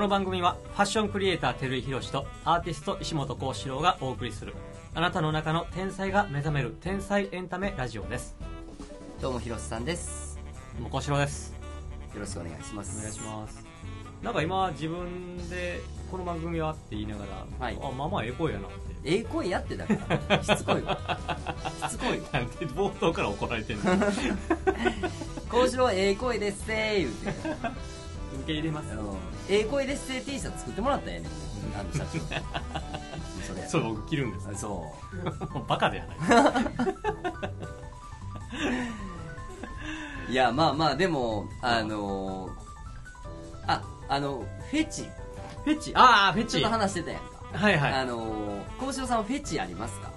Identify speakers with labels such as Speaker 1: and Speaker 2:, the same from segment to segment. Speaker 1: の番組はファッションクリエイター照井宏とアーティスト石本幸四郎がお送りするあなたの中の天才が目覚める天才エンタメラジオです
Speaker 2: どうも広瀬さんです
Speaker 1: どうも幸四郎です
Speaker 2: よろしくお願いします
Speaker 1: お願いしますなんか今自分でこの番組はって言いながら、
Speaker 2: はい
Speaker 1: あまあまあええ声やなって
Speaker 2: ええ声やってだからしつこい わしつこいわ
Speaker 1: なんで 冒頭から怒られてん の受
Speaker 2: 幸四郎はええ声ですせー言うて
Speaker 1: け入れま
Speaker 2: あ
Speaker 1: す
Speaker 2: のええ声ですせー T シャツ作ってもらったんやねんあの社 長それ
Speaker 1: それ僕着るんです
Speaker 2: あそ
Speaker 1: もうバカでやない
Speaker 2: ういやまあまあでもあのー、ああのフェチ
Speaker 1: フェチああフェ
Speaker 2: ち
Speaker 1: チ
Speaker 2: ょっと
Speaker 1: はい
Speaker 2: 話してたやんかあ
Speaker 1: はい
Speaker 2: のー、幸四郎さんはフェチありますか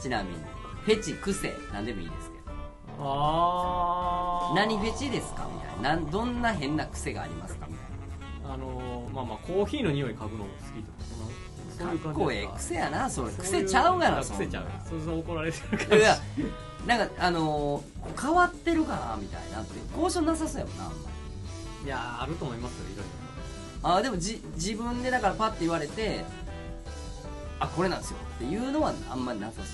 Speaker 2: ちなみにフェチ癖何でもいいですけど
Speaker 1: ああ
Speaker 2: 何フェチですかみたいななんどんな変な癖がありますかみたいな
Speaker 1: あのーまあまあコーヒーの匂い嗅ぐのも好きとかそのそういう
Speaker 2: かっ
Speaker 1: 感じ
Speaker 2: こええ癖やなそれ癖ちゃうがなそん
Speaker 1: 癖ちゃうそうそう怒られてる
Speaker 2: い
Speaker 1: 感じ
Speaker 2: やなんかあのー、変わってるかなみたいなって交渉なさそうやもんなあんまり
Speaker 1: いやーあると思いますよいろいろ
Speaker 2: あーでもじ自分でだからパッて言われてあこれなんですよっていうのはあんまりなさそう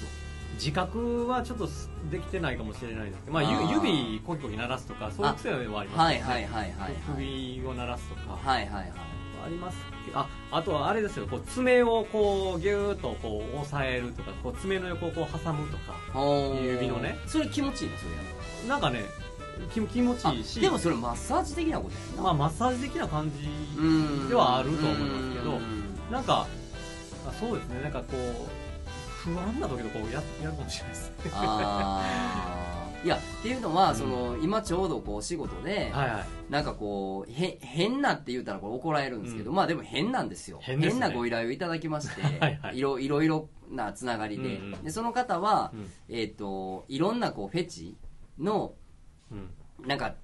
Speaker 1: 自覚はちょっとすできてないかもしれないですけど、まあ、
Speaker 2: あー
Speaker 1: ゆ指コキコキ鳴らすとかそういう癖はありま
Speaker 2: は
Speaker 1: すよ
Speaker 2: い
Speaker 1: ね
Speaker 2: はいはいはいはい
Speaker 1: 首を鳴らすとか
Speaker 2: はいはいはい
Speaker 1: ありますけどああとはあれですよこう爪をこうギューッとこう押さえるとかこう爪の横をこう挟むとか
Speaker 2: ほー
Speaker 1: 指のね
Speaker 2: それ気持ちいいのそれやる
Speaker 1: なんかね気気持ちいいし
Speaker 2: あでもそれマッサージ的なことやんな、
Speaker 1: まあ、マッサージ的な感じ
Speaker 2: うん
Speaker 1: ではあると思いますけど
Speaker 2: うん
Speaker 1: なんかあそうですねなんかこう不安な時とかをややるかもしれないですね
Speaker 2: あーいやっていうのは、
Speaker 1: うん
Speaker 2: その今ちょうどこうお仕事で、
Speaker 1: はいはい
Speaker 2: なんかこうへ変なって言うたらこれ怒られるんですけど、まあでも変なんですよ
Speaker 1: 変ですね
Speaker 2: なご依頼をいただきまして
Speaker 1: はいはい
Speaker 2: いろいろいろなつながりで,、
Speaker 1: うんうん
Speaker 2: でその方は、
Speaker 1: うん
Speaker 2: えっといろんなこうフェチの
Speaker 1: うん
Speaker 2: なんか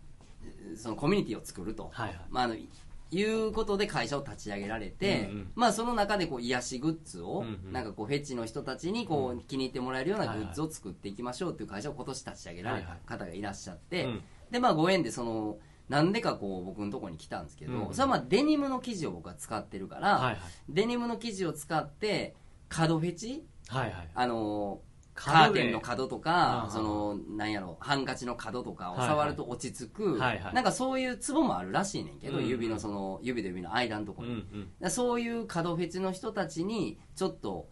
Speaker 2: そのコミュニティを作ると、
Speaker 1: はいはい
Speaker 2: まあ、あのいうことで会社を立ち上げられて、
Speaker 1: うんうん
Speaker 2: まあ、その中でこう癒しグッズを、
Speaker 1: うんうん
Speaker 2: なんかこうフェチの人たちにこ
Speaker 1: う
Speaker 2: う気に入ってもらえるようなグッズを作っていきましょうっていう会社を今年立ち上げられ
Speaker 1: はいは
Speaker 2: た
Speaker 1: い
Speaker 2: 方がいらっしゃって、
Speaker 1: うん
Speaker 2: でまあ、ご縁でそのなんでかこう僕のところに来たんですけど、
Speaker 1: うんうん
Speaker 2: それはまあデニムの生地を僕は使ってるから、
Speaker 1: はいはい
Speaker 2: デニムの生地を使って角フェチ
Speaker 1: はいはい
Speaker 2: あのーカー
Speaker 1: 角で
Speaker 2: テンの角と
Speaker 1: あ
Speaker 2: か
Speaker 1: ー
Speaker 2: そのなんやろハンカチの角とかを
Speaker 1: はいはい
Speaker 2: 触ると落ち着く、
Speaker 1: はいはい
Speaker 2: なんかそういうツボもあるらしいねんけど、
Speaker 1: うん
Speaker 2: 指のその指と指の間のとこ
Speaker 1: うん
Speaker 2: ろ
Speaker 1: う
Speaker 2: に、だか
Speaker 1: ん
Speaker 2: らそういう角フェチの人たちにちょっと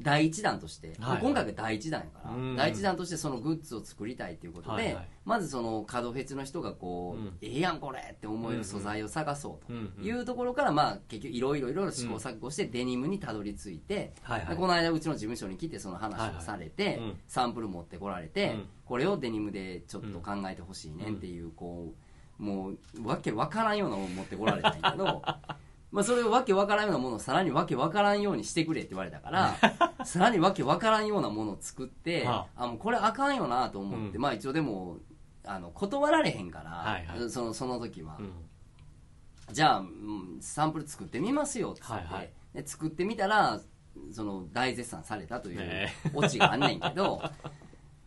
Speaker 2: 第一弾として、
Speaker 1: はい
Speaker 2: 今回が第一弾やから、
Speaker 1: うん
Speaker 2: 第一弾としてそのグッズを作りたいということで、
Speaker 1: はいはい
Speaker 2: まずその角フェチの人がこう、
Speaker 1: うん
Speaker 2: ええやんこれって思える素材を探そう
Speaker 1: う
Speaker 2: と。
Speaker 1: んうん
Speaker 2: いうところから、まあ、結局いろいろいろ試行錯誤してデニムにたどり着いて、
Speaker 1: はいは
Speaker 2: で
Speaker 1: い
Speaker 2: この間うちの事務所に来てその話をされて、
Speaker 1: はいはいうん
Speaker 2: サンプル持ってこられて、
Speaker 1: うん
Speaker 2: これをデニムでちょっと考えてほしいねっていう、こうもうわけわからんようなもの持ってこられたんや けどまあそれをわけわからんようなものをさらにわけわからんようにしてくれって言われ たからさらにわけわからんようなものを作って、
Speaker 1: は
Speaker 2: あ、もうこれあかんよなと思って、
Speaker 1: うん
Speaker 2: まあ一応でもあの断られへんから、
Speaker 1: はいはい
Speaker 2: そのその時は。
Speaker 1: うん
Speaker 2: じゃあうんサンプル作ってみますよっつって、
Speaker 1: はいはい
Speaker 2: で作ってみたらその大絶賛されたという
Speaker 1: ね
Speaker 2: オチがあんねんけど、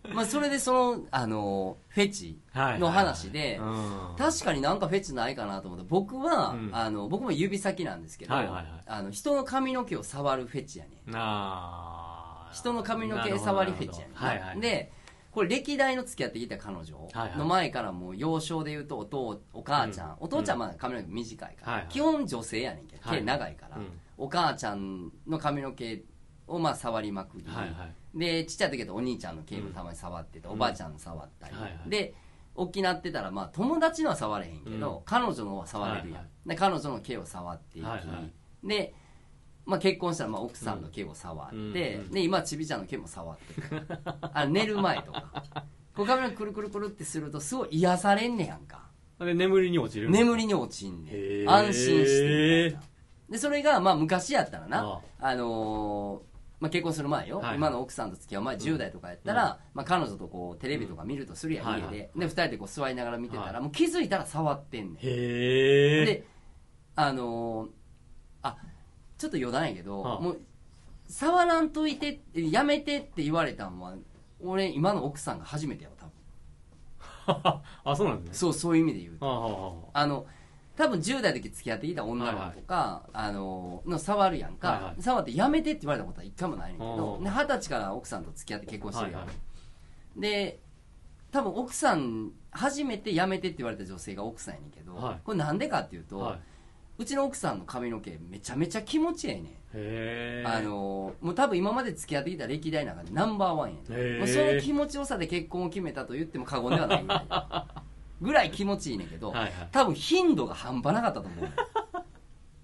Speaker 2: まあそれでそのあのフェチ
Speaker 1: はいはい
Speaker 2: の話で、
Speaker 1: はいうん
Speaker 2: 確かになんかフェチないかなと思って僕は、
Speaker 1: うん
Speaker 2: あの僕も指先なんですけど、
Speaker 1: はいはいはい
Speaker 2: あの人の髪の毛を触るフェチやねん
Speaker 1: あー
Speaker 2: 人の髪の毛触りフェチや
Speaker 1: な
Speaker 2: ねん
Speaker 1: るほどなるほどはいはい
Speaker 2: でこれ歴代の付き合ってきた彼女
Speaker 1: はいはい
Speaker 2: の前からもう幼少で言うとお父お母ちゃん、
Speaker 1: うん
Speaker 2: お父ちゃんはまだ髪の毛短いから、
Speaker 1: はいはい
Speaker 2: 基本女性やねんけど
Speaker 1: は
Speaker 2: 毛
Speaker 1: い
Speaker 2: 長いから、
Speaker 1: うん
Speaker 2: お母ちゃんの髪の毛をまあ触りまくり、
Speaker 1: はいはい
Speaker 2: でちっちゃい時だとお兄ちゃんの毛もたまに触ってて、おばあちゃんの触ったり、
Speaker 1: はいはい
Speaker 2: で大きなってたらまあ友達のは触れへんけど、
Speaker 1: うん
Speaker 2: 彼女のは触れるやん、
Speaker 1: はいは
Speaker 2: で彼女の毛を触っていき、
Speaker 1: はいはい
Speaker 2: で、まあ、結婚したらまあ奥さんの毛を触って、
Speaker 1: うんうん
Speaker 2: で今ちびちゃんの毛も触っ てるあ寝る前とかこう髪の毛くるくるくるってするとすごい癒されんねやんか
Speaker 1: で眠りに落ちる
Speaker 2: 眠りに陥ん
Speaker 1: へ
Speaker 2: ね
Speaker 1: え
Speaker 2: ん安心してみたいなでそれがまあ昔やったらな
Speaker 1: あ
Speaker 2: あのーまあ、結婚する前よ、
Speaker 1: はいはい
Speaker 2: 今の奥さんと付き合う前10代とかやったら、まあ、彼女とこうテレビとか見るとするやん、
Speaker 1: うん
Speaker 2: 家で,、
Speaker 1: はいは
Speaker 2: で2人でこう座りながら見てたら、
Speaker 1: はい
Speaker 2: もう気づいたら触ってんねん
Speaker 1: へえ
Speaker 2: であのーあちょっと余談やけど、
Speaker 1: はあ
Speaker 2: もう触らんといてやめてって言われたんは俺今の奥さんが初めてやわ多分
Speaker 1: あそうなんですね
Speaker 2: そうそういう意味で言うと
Speaker 1: はあはあはあ
Speaker 2: あの多分10代の時付き合ってきた女の子とか、あのの触るやんか、
Speaker 1: はいはい
Speaker 2: 触ってやめてって言われたことは一回もないねんだけど
Speaker 1: おー
Speaker 2: で二十歳から奥さんと付き合って結婚して
Speaker 1: は
Speaker 2: る
Speaker 1: い
Speaker 2: やん、
Speaker 1: はい
Speaker 2: で多分奥さん初めてやめてって言われた女性が奥さんやねんけど、
Speaker 1: はい
Speaker 2: これなんでかっていうと、
Speaker 1: はいう
Speaker 2: ちの奥さんの髪の毛めちゃめちゃ気持ちええねん
Speaker 1: へえ
Speaker 2: あのもう多分今まで付き合ってきた歴代の中でナンバーワンや
Speaker 1: へ
Speaker 2: ね
Speaker 1: ー
Speaker 2: んもうその気持ちよさで結婚を決めたと言っても過言ではないぐらい ぐらい気持ちいいねんけど、
Speaker 1: はいはい
Speaker 2: 多分頻度が半端なかったと思うよ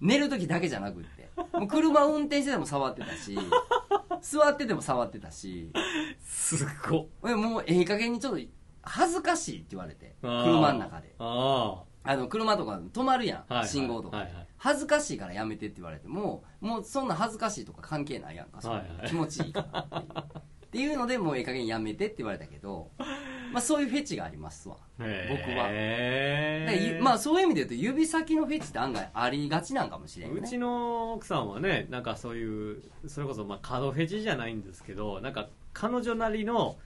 Speaker 2: 寝る時だけじゃなくってもう車運転してても触ってたし座ってても触ってたし
Speaker 1: すごっ
Speaker 2: えもうええ加減にちょっと恥ずかしいって言われて車の中で
Speaker 1: あ
Speaker 2: あの車とか止まるやん、
Speaker 1: あ、はいはい
Speaker 2: 信号とか、
Speaker 1: はいはい
Speaker 2: 恥ずかしいからやめてって言われてももうそんな恥ずかしいとか関係ないやんか、そんな
Speaker 1: はいはい
Speaker 2: 気持ちいいからっていうっていうのでもうええ加減やめてって言われた けど、まあ、そういうフェチがありますわだから
Speaker 1: へ
Speaker 2: ゆ
Speaker 1: え
Speaker 2: まあそういう意味で言うと指先のフェチって案外ありがちなんかもしれんよ
Speaker 1: う
Speaker 2: ね
Speaker 1: ちの奥さんはねなんかそういうそれこそまあカドフェチじゃないんですけどなんか彼女なりの、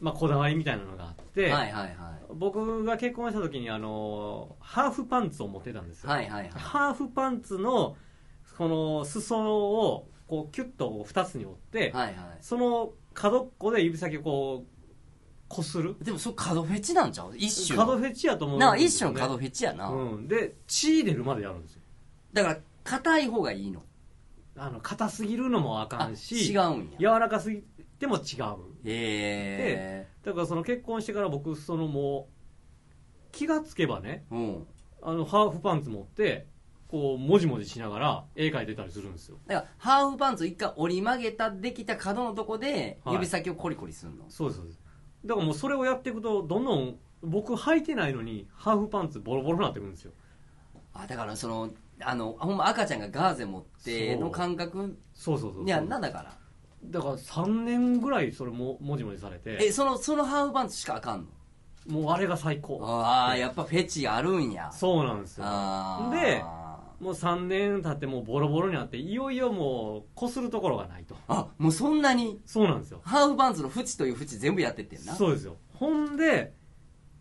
Speaker 1: まあ、こだわりみたいなのがあって、
Speaker 2: はいはいはい
Speaker 1: 僕が結婚した時にあのハーフパンツを持ってたんですよ、
Speaker 2: はいはいはい
Speaker 1: ハーフパンツのこの裾をこうキュッと2つに折って、
Speaker 2: はいは
Speaker 1: その角っこで指先をこうこする
Speaker 2: いでもそれ角フェチなんちゃう一種の
Speaker 1: 角フェチやと思うん
Speaker 2: なあ
Speaker 1: で
Speaker 2: 一
Speaker 1: すよ
Speaker 2: 種
Speaker 1: ね
Speaker 2: の角フェチやな、
Speaker 1: うん、で血出るまでやるんですよ
Speaker 2: だから硬い方がいいの
Speaker 1: あの硬すぎるのもあか
Speaker 2: あ
Speaker 1: んし
Speaker 2: 違うんや
Speaker 1: 柔らかすぎても違う
Speaker 2: へえ
Speaker 1: だからその結婚してから僕そのもう気がつけばね
Speaker 2: うん
Speaker 1: あのハーフパンツ持ってこうもじもじしながら絵描いてたりするんですよ
Speaker 2: だからハーフパンツを一回折り曲げたできた角のとこで
Speaker 1: はい
Speaker 2: 指先をコリコリするの、
Speaker 1: そうですそうですだからもうそれをやっていくとどんどん僕履いてないのにハーフパンツボロボロになってくるんですよ
Speaker 2: あだからそのあのほんま赤ちゃんがガーゼ持っての感覚
Speaker 1: そうそうそうそう
Speaker 2: いやなんだから
Speaker 1: だから3年ぐらいそれももじもじされて
Speaker 2: えそのそのハーフパンツしかあかんの
Speaker 1: もうあれが最高
Speaker 2: ああやっぱフェチあるんや
Speaker 1: そうなんですよ
Speaker 2: あー
Speaker 1: でもう3年経ってもうボロボロになっていよいよもうこするところがないと
Speaker 2: あもうそんなに
Speaker 1: そうなんですよ
Speaker 2: ハーフパンツの縁という縁全部やってってんな
Speaker 1: そうですよほんで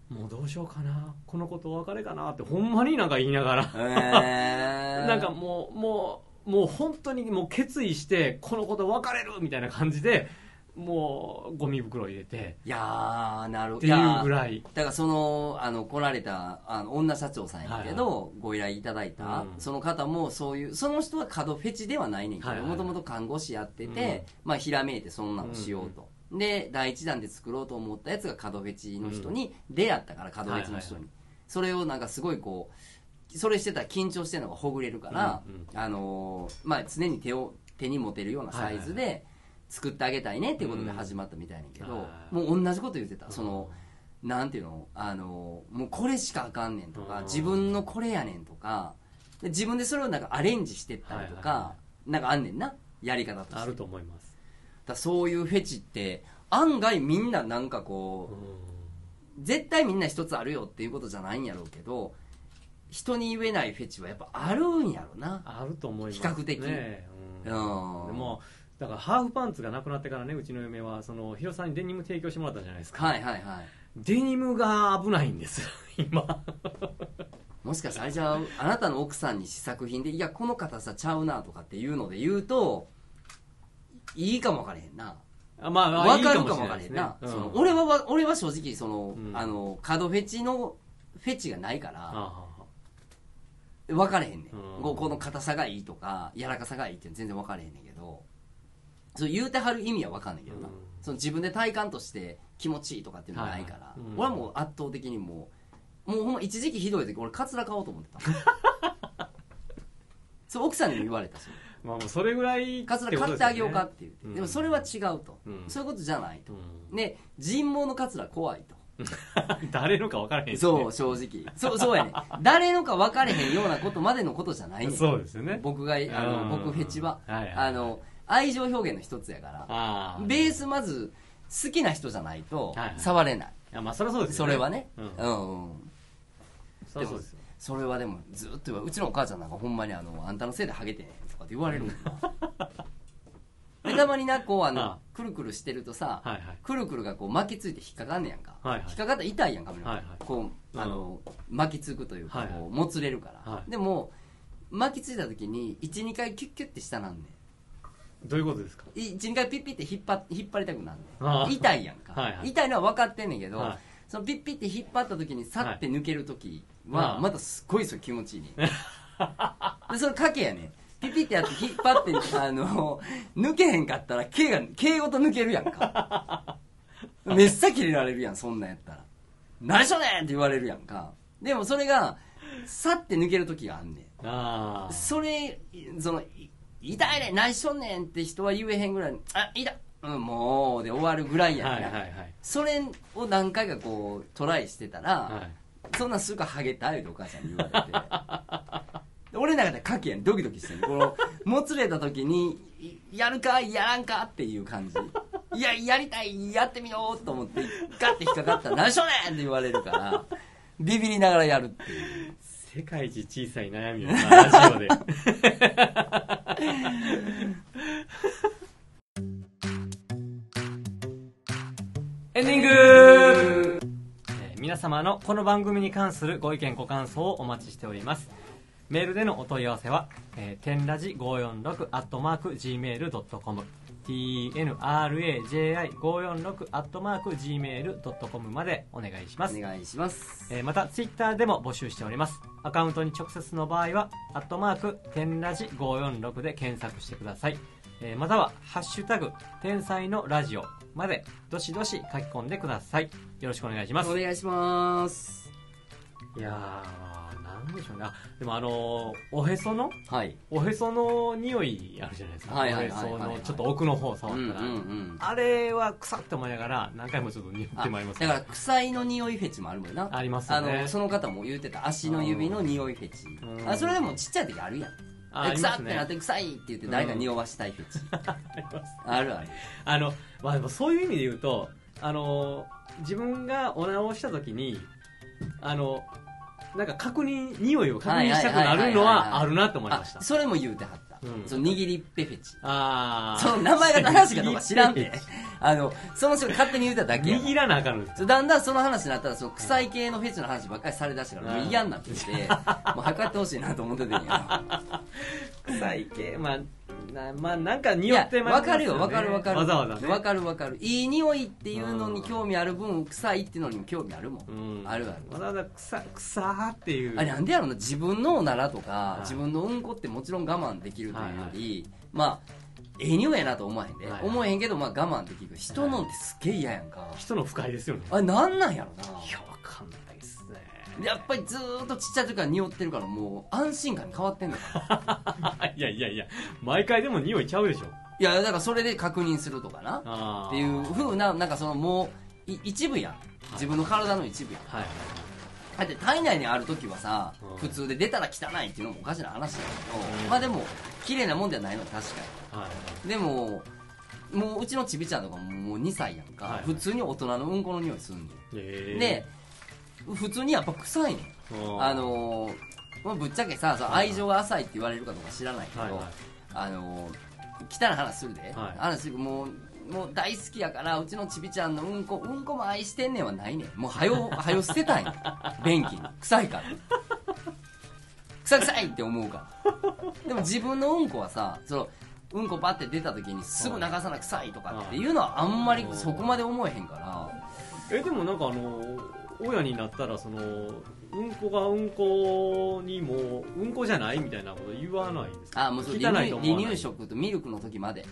Speaker 1: もうどうしようかなこの子とお別れかなってほんまになんか言いながら
Speaker 2: へえ
Speaker 1: なんかもうもうもう本当にもう決意してこの子と別れるみたいな感じでもうゴミ袋入れて
Speaker 2: いやーなるほ
Speaker 1: っ
Speaker 2: ど
Speaker 1: ていうぐらい
Speaker 2: だからそのあの来られたあの女社長さんやけど、ご依頼いただいた、
Speaker 1: うん
Speaker 2: その方もそういうその人は角フェチではないねんけど
Speaker 1: はいはい
Speaker 2: もともと看護師やってて、まあ、ひらめいてそんなのしようと、で第一弾で作ろうと思ったやつが角フェチの人に出会ったから角フェチの人
Speaker 1: は
Speaker 2: に、
Speaker 1: いはい
Speaker 2: それをなんかすごいこうそれしてたら緊張してるのがほぐれるから、
Speaker 1: うんうん
Speaker 2: あのーまあ、常に手を手に持てるようなサイズ
Speaker 1: は
Speaker 2: で作ってあげたいねっていうことで始まったみたいねんけど、
Speaker 1: うん
Speaker 2: もう同じこと言ってた。そのなんていうのあのもうこれしかあかんねんと
Speaker 1: う
Speaker 2: か
Speaker 1: ん
Speaker 2: 自分のこれやねんとかで自分でそれをなんかアレンジしてったりとか、
Speaker 1: はいは
Speaker 2: なんかあんねんなやり方として
Speaker 1: ある
Speaker 2: だか
Speaker 1: と思います
Speaker 2: らそういうフェチって案外みんななんかこ
Speaker 1: う
Speaker 2: う、
Speaker 1: ん
Speaker 2: 絶対みんな一つあるよっていうことじゃないんやろうけど人に言えないフェチはやっぱあるんやろな
Speaker 1: あると思います
Speaker 2: 比較的
Speaker 1: ねうん
Speaker 2: うん
Speaker 1: でもだからハーフパンツがなくなってからねうちの嫁はそのヒロさんにデニム提供してもらったじゃないですか
Speaker 2: はいはいはい
Speaker 1: デニムが危ないんです よ今
Speaker 2: もしかしてあれじゃああなたの奥さんに試作品で「いやこの硬さちゃうな」とかっていうので言うといいかもわからへんな
Speaker 1: あまあ、
Speaker 2: わ
Speaker 1: いい
Speaker 2: かる
Speaker 1: も
Speaker 2: か
Speaker 1: し
Speaker 2: も
Speaker 1: れ
Speaker 2: わか
Speaker 1: いで
Speaker 2: らへ
Speaker 1: す
Speaker 2: ん
Speaker 1: ね
Speaker 2: な、
Speaker 1: うん
Speaker 2: その俺はわ俺は正直その、
Speaker 1: うん
Speaker 2: あの角フェチのフェチがないか
Speaker 1: あ
Speaker 2: ら
Speaker 1: ああ
Speaker 2: 分かれへんねん、
Speaker 1: うん
Speaker 2: こうこの硬さがいいとか柔らかさがいいっていうの全然分かれへんねんけどそう言うてはる意味は分かんないけどな、
Speaker 1: うん
Speaker 2: その自分で体感として気持ちいいとかっていうのはないから、
Speaker 1: はいはいうん
Speaker 2: 俺はもう圧倒的にもうもうほんま一時期ひどい時俺カツラ買おうと思ってた そう奥さんにも言われたそれ
Speaker 1: あまあもうそれぐらい
Speaker 2: カツラ買ってあげようかって言って、
Speaker 1: うん
Speaker 2: でもそれは違うと、
Speaker 1: うん
Speaker 2: そういうことじゃないと
Speaker 1: てことですね、
Speaker 2: ね人毛のカツラ怖いと
Speaker 1: うん、 誰のか分からへんしね
Speaker 2: そう正直そうそうやね誰のか分かれへんようなことまでのことじゃないねん
Speaker 1: そうですよね
Speaker 2: 僕があの
Speaker 1: うん
Speaker 2: 僕フェチは,、
Speaker 1: はいはいはい
Speaker 2: あの愛情表現の一つやから
Speaker 1: ああ
Speaker 2: ベースまず好きな人じゃないと
Speaker 1: はいはい
Speaker 2: 触れない、
Speaker 1: いやまあそりゃそうです
Speaker 2: そ
Speaker 1: よね
Speaker 2: れはね、
Speaker 1: う
Speaker 2: うんん、うんうん
Speaker 1: そりゃそうですよ
Speaker 2: それはでもずっと言わうちのお母ちゃんなんかほんまにあの「あんたのせいでハゲてね」とかって言われるもん なでたまになこうあの
Speaker 1: ああ
Speaker 2: くるくるしてるとさ、
Speaker 1: はいはい
Speaker 2: くるくるがこう巻きついて引っかかんねやんか、
Speaker 1: はいはい
Speaker 2: 引っかかったら痛いやんか、髪の毛
Speaker 1: はいはい
Speaker 2: こ
Speaker 1: う
Speaker 2: う
Speaker 1: ん
Speaker 2: あの巻きつくというか
Speaker 1: はいはい
Speaker 2: こうもつれるから、
Speaker 1: はい
Speaker 2: でも巻きついた時に12回キュッキュッて下なんで
Speaker 1: どういうことですか
Speaker 2: 12回ピッピッて引っ張引っ張りたくなる
Speaker 1: ああ
Speaker 2: んで痛いやんか、
Speaker 1: はいはい
Speaker 2: 痛いのは分かってんねんけど、
Speaker 1: はい
Speaker 2: そのピッピッて引っ張った時にさって抜ける時
Speaker 1: はいあ
Speaker 2: は
Speaker 1: あ
Speaker 2: またすっごいそれ気持ちいいね んでそれ賭けやねんピッピッてやって引っ張 ってあの抜けへんかったら毛が毛ごと抜けるやんか めっさ切れられるやんそんなんやったら「何しょねん!」って言われるやんかでもそれがさって抜ける時があんねん
Speaker 1: ああ
Speaker 2: それそのい痛いねん何しとんねんって人は言えへんぐらいあ痛いうんもうで終わるぐらいやん
Speaker 1: はい
Speaker 2: な
Speaker 1: はいはい
Speaker 2: それを何回かこうトライしてたら、
Speaker 1: はい
Speaker 2: そんなんすぐハゲたいってお母さんに言われて で俺の中でカキやんドキドキしてんのこのもつれた時にいやるかやらんかっていう感じいややりたいやってみようと思ってガッて引っかかったら「何しょねん!」って言われるからビビりながらやるっていう
Speaker 1: 世界一小さい悩みをラジオでエンディング、えー皆様のこの番組に関するご意見ご感想をお待ちしておりますメールでのお問い合わせは、えー、天ラジ546アットマーク Gmail.com tnraji546 アットマーク Gmail.com までお願いします
Speaker 2: お願いします
Speaker 1: えーまたツイッターでも募集しておりますアカウントに直接の場合は「アットマーク天ラジ546」で検索してください、えーまたは「ハッシュタグ天才のラジオ」までどしどし書き込んでくださいよろしくお願いします
Speaker 2: お願いします
Speaker 1: いやーなんでしょうねあでもあのーおへその
Speaker 2: はい
Speaker 1: おへその匂いあるじゃないですか、
Speaker 2: はいはいはいはい
Speaker 1: おへそのちょっと奥の方触
Speaker 2: う
Speaker 1: っ
Speaker 2: ん
Speaker 1: たら、
Speaker 2: うんうん
Speaker 1: あれは臭って思いながら何回もちょっと匂ってまいります
Speaker 2: だから臭いの匂いフェチもあるもんな
Speaker 1: あります
Speaker 2: あ
Speaker 1: よね
Speaker 2: のその方も言ってた足の指の匂いフェチ
Speaker 1: うん
Speaker 2: あそれでもちっちゃい時あるやん
Speaker 1: あ
Speaker 2: え
Speaker 1: あり
Speaker 2: 臭
Speaker 1: ま
Speaker 2: っ
Speaker 1: す
Speaker 2: て
Speaker 1: ね
Speaker 2: なって臭いって言って誰か匂わしたいフェチあるある
Speaker 1: あの、まあ、でもそういう意味で言うと、あの、自分がおなをした時に、あの、なんか確認、匂いを確認したくなるのはあるなと思いました
Speaker 2: あ。それも言うてはった
Speaker 1: うん
Speaker 2: その握りっぺフェチ
Speaker 1: あ
Speaker 2: そ
Speaker 1: あ
Speaker 2: の名前が正しいかどうか知らんて
Speaker 1: 握りっぺ
Speaker 2: あのその人が勝手に言うてただけやわ
Speaker 1: 握らなあかんのです
Speaker 2: そうだんだんその話になったらその臭い系のフェチの話ばっかりされだしたからもう嫌になって きてもう測ってほしいなと思っててんや
Speaker 1: 臭い系、まあ、なまあ、なんか
Speaker 2: い
Speaker 1: 匂
Speaker 2: や
Speaker 1: ってま
Speaker 2: わ
Speaker 1: す
Speaker 2: かるよわかるわかる
Speaker 1: わざわざね。
Speaker 2: わかるわかるいい匂いっていうのに興味ある分臭いっていうのにも興味あるもん、
Speaker 1: うん
Speaker 2: あるある
Speaker 1: わざわざ臭、臭ーっていう。
Speaker 2: あれなんでやろうな自分のおならとか、
Speaker 1: い
Speaker 2: 自分のうんこってもちろん我慢できるというより、まあええ匂いやなと思わへんで、
Speaker 1: はいはい
Speaker 2: 思えへんけどまあ我慢できる人のってすっげえ嫌やんか、
Speaker 1: 人の不快ですよね。
Speaker 2: あれなんなんやろ
Speaker 1: いや、わかんないっすね。
Speaker 2: なやっぱりずーっとちっちゃい時から匂ってるからもう安心感に変わってんのか
Speaker 1: いやいやいや、毎回でも匂いちゃうでしょ。
Speaker 2: いやだからそれで確認するとかな
Speaker 1: ああ。
Speaker 2: っていうふうななんかそのもうい一部やん自分の体の一部やん
Speaker 1: はいはい。
Speaker 2: だって体内にある時はさ、
Speaker 1: うん
Speaker 2: 普通で出たら汚いっていうのもおかしな話だけど、
Speaker 1: うん
Speaker 2: まあでも綺麗なもんではないのは確か
Speaker 1: はい
Speaker 2: にでももううちのちびちゃんとかももう2歳やんか、
Speaker 1: はい
Speaker 2: 普通に大人のうんこの匂いするんだよ、
Speaker 1: えー
Speaker 2: で普通にやっぱ臭いの、
Speaker 1: うん
Speaker 2: あのーまあ、ぶっちゃけさその愛情が浅いって言われるかどうか知らないけど、
Speaker 1: はいはい
Speaker 2: あの汚い話するで、
Speaker 1: はい
Speaker 2: 話するもうもう大好きやからうちのちびちゃんのうんこうんこも愛してんねんはないねんもう はよはよ捨てたいねん便器に臭いから臭い臭いって思うからでも自分のうんこはさそのうんこパって出た時にすぐ流さな臭いとかっていうのはあんまりそこまで思えへんから
Speaker 1: えでもなんかあの親になったらそのうんこがうんこにもうんこじゃないみたいなこと言わないですか
Speaker 2: あもうそれ
Speaker 1: 汚い
Speaker 2: 離乳
Speaker 1: と思わない
Speaker 2: 離乳食とミルクの時まで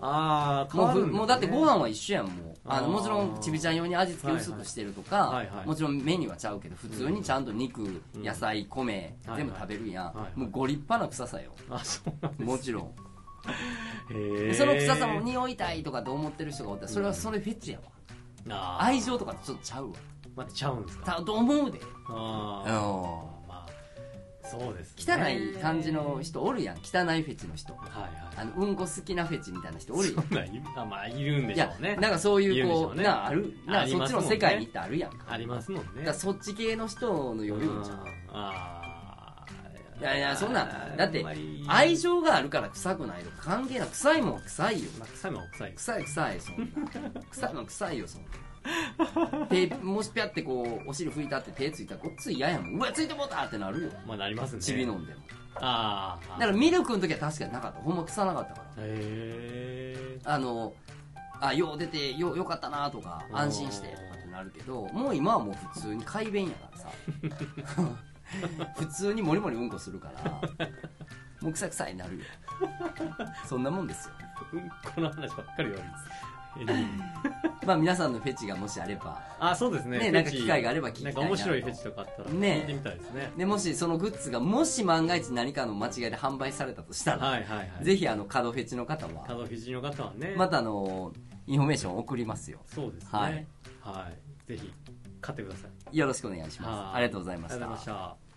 Speaker 1: ああ変
Speaker 2: もう
Speaker 1: わるん
Speaker 2: ふ
Speaker 1: ですね
Speaker 2: もうだってご飯は一緒やんもうあの
Speaker 1: あー
Speaker 2: もちろんちびちゃん用に味付け薄くしてるとか、
Speaker 1: はいはいはいはい
Speaker 2: もちろんメニューはちゃうけど普通にちゃんと肉、
Speaker 1: うん
Speaker 2: 野菜米、
Speaker 1: はい
Speaker 2: 全部食べるやん、
Speaker 1: はいはい
Speaker 2: もうご立派な臭さよ
Speaker 1: あそうなんです
Speaker 2: もちろん、
Speaker 1: へー
Speaker 2: その臭さも匂いたいとかって思ってる人がおったらそれはそれフェチやわ、
Speaker 1: あー
Speaker 2: 愛情とかとちょっとちゃうわ
Speaker 1: またちゃうんですか
Speaker 2: たと思うで
Speaker 1: あ
Speaker 2: う
Speaker 1: ー
Speaker 2: ん
Speaker 1: まあそうですね
Speaker 2: 汚い感じの人おるやん汚いフェチの人
Speaker 1: はいは
Speaker 2: あ
Speaker 1: い
Speaker 2: のうんこ好きなフェチみたいな人おるやん
Speaker 1: そんなんいあまあいるんで
Speaker 2: い
Speaker 1: しょ
Speaker 2: や
Speaker 1: うね
Speaker 2: なんかそういうこ
Speaker 1: いるんでし
Speaker 2: う
Speaker 1: ょうね
Speaker 2: なあるな
Speaker 1: あり
Speaker 2: そっ
Speaker 1: ま
Speaker 2: ち
Speaker 1: す
Speaker 2: の
Speaker 1: もんね
Speaker 2: 世界に行ってあるやんか
Speaker 1: ありますもん
Speaker 2: だ
Speaker 1: ね
Speaker 2: からそっち系の人の余裕じゃん
Speaker 1: うんあー
Speaker 2: いやいやそんなんだって
Speaker 1: あんまり
Speaker 2: 愛情があるから臭くないとか関係ない臭いもんは臭いよ
Speaker 1: まあ臭いもんは臭いです
Speaker 2: 臭い臭いそんな臭いもんは臭いよそんな手もしぴゃってこうお尻拭いたって手ついたらごっつい嫌やもんうわついてもうたってなるよ
Speaker 1: まあなりますね
Speaker 2: ちび飲んでも
Speaker 1: ああ
Speaker 2: だからミルクの時は確かになかったほんま臭なかったか
Speaker 1: へえ
Speaker 2: らあのあよう出てよよかったなとか
Speaker 1: おー
Speaker 2: 安心してとかってなるけどもう今はもう普通に快便やか らさ普通にモリモリうんこするからもう臭臭いになるよそんなもんですよ
Speaker 1: うんこの話ばっかり言われます
Speaker 2: まあ皆さんのフェチがもしあれば
Speaker 1: あそうですねフェ
Speaker 2: ね
Speaker 1: チ
Speaker 2: なんか機会があれば聞きたい
Speaker 1: なんか
Speaker 2: な
Speaker 1: 面白いフェチとかあったら
Speaker 2: ね
Speaker 1: 聞いてみたいですね
Speaker 2: でもしそのグッズがもし万が一何かの間違いで販売されたとしたら、
Speaker 1: はいはいはい
Speaker 2: ぜひあの角フェチの方
Speaker 1: た
Speaker 2: は
Speaker 1: だ肘の方はね
Speaker 2: またあのインフォメーションを送りますよ
Speaker 1: そうですね
Speaker 2: はい
Speaker 1: はいぜひ買ってください
Speaker 2: よろしくお願いします
Speaker 1: はい
Speaker 2: ありがとうございま
Speaker 1: あり
Speaker 2: し
Speaker 1: がとうござい
Speaker 2: た
Speaker 1: ました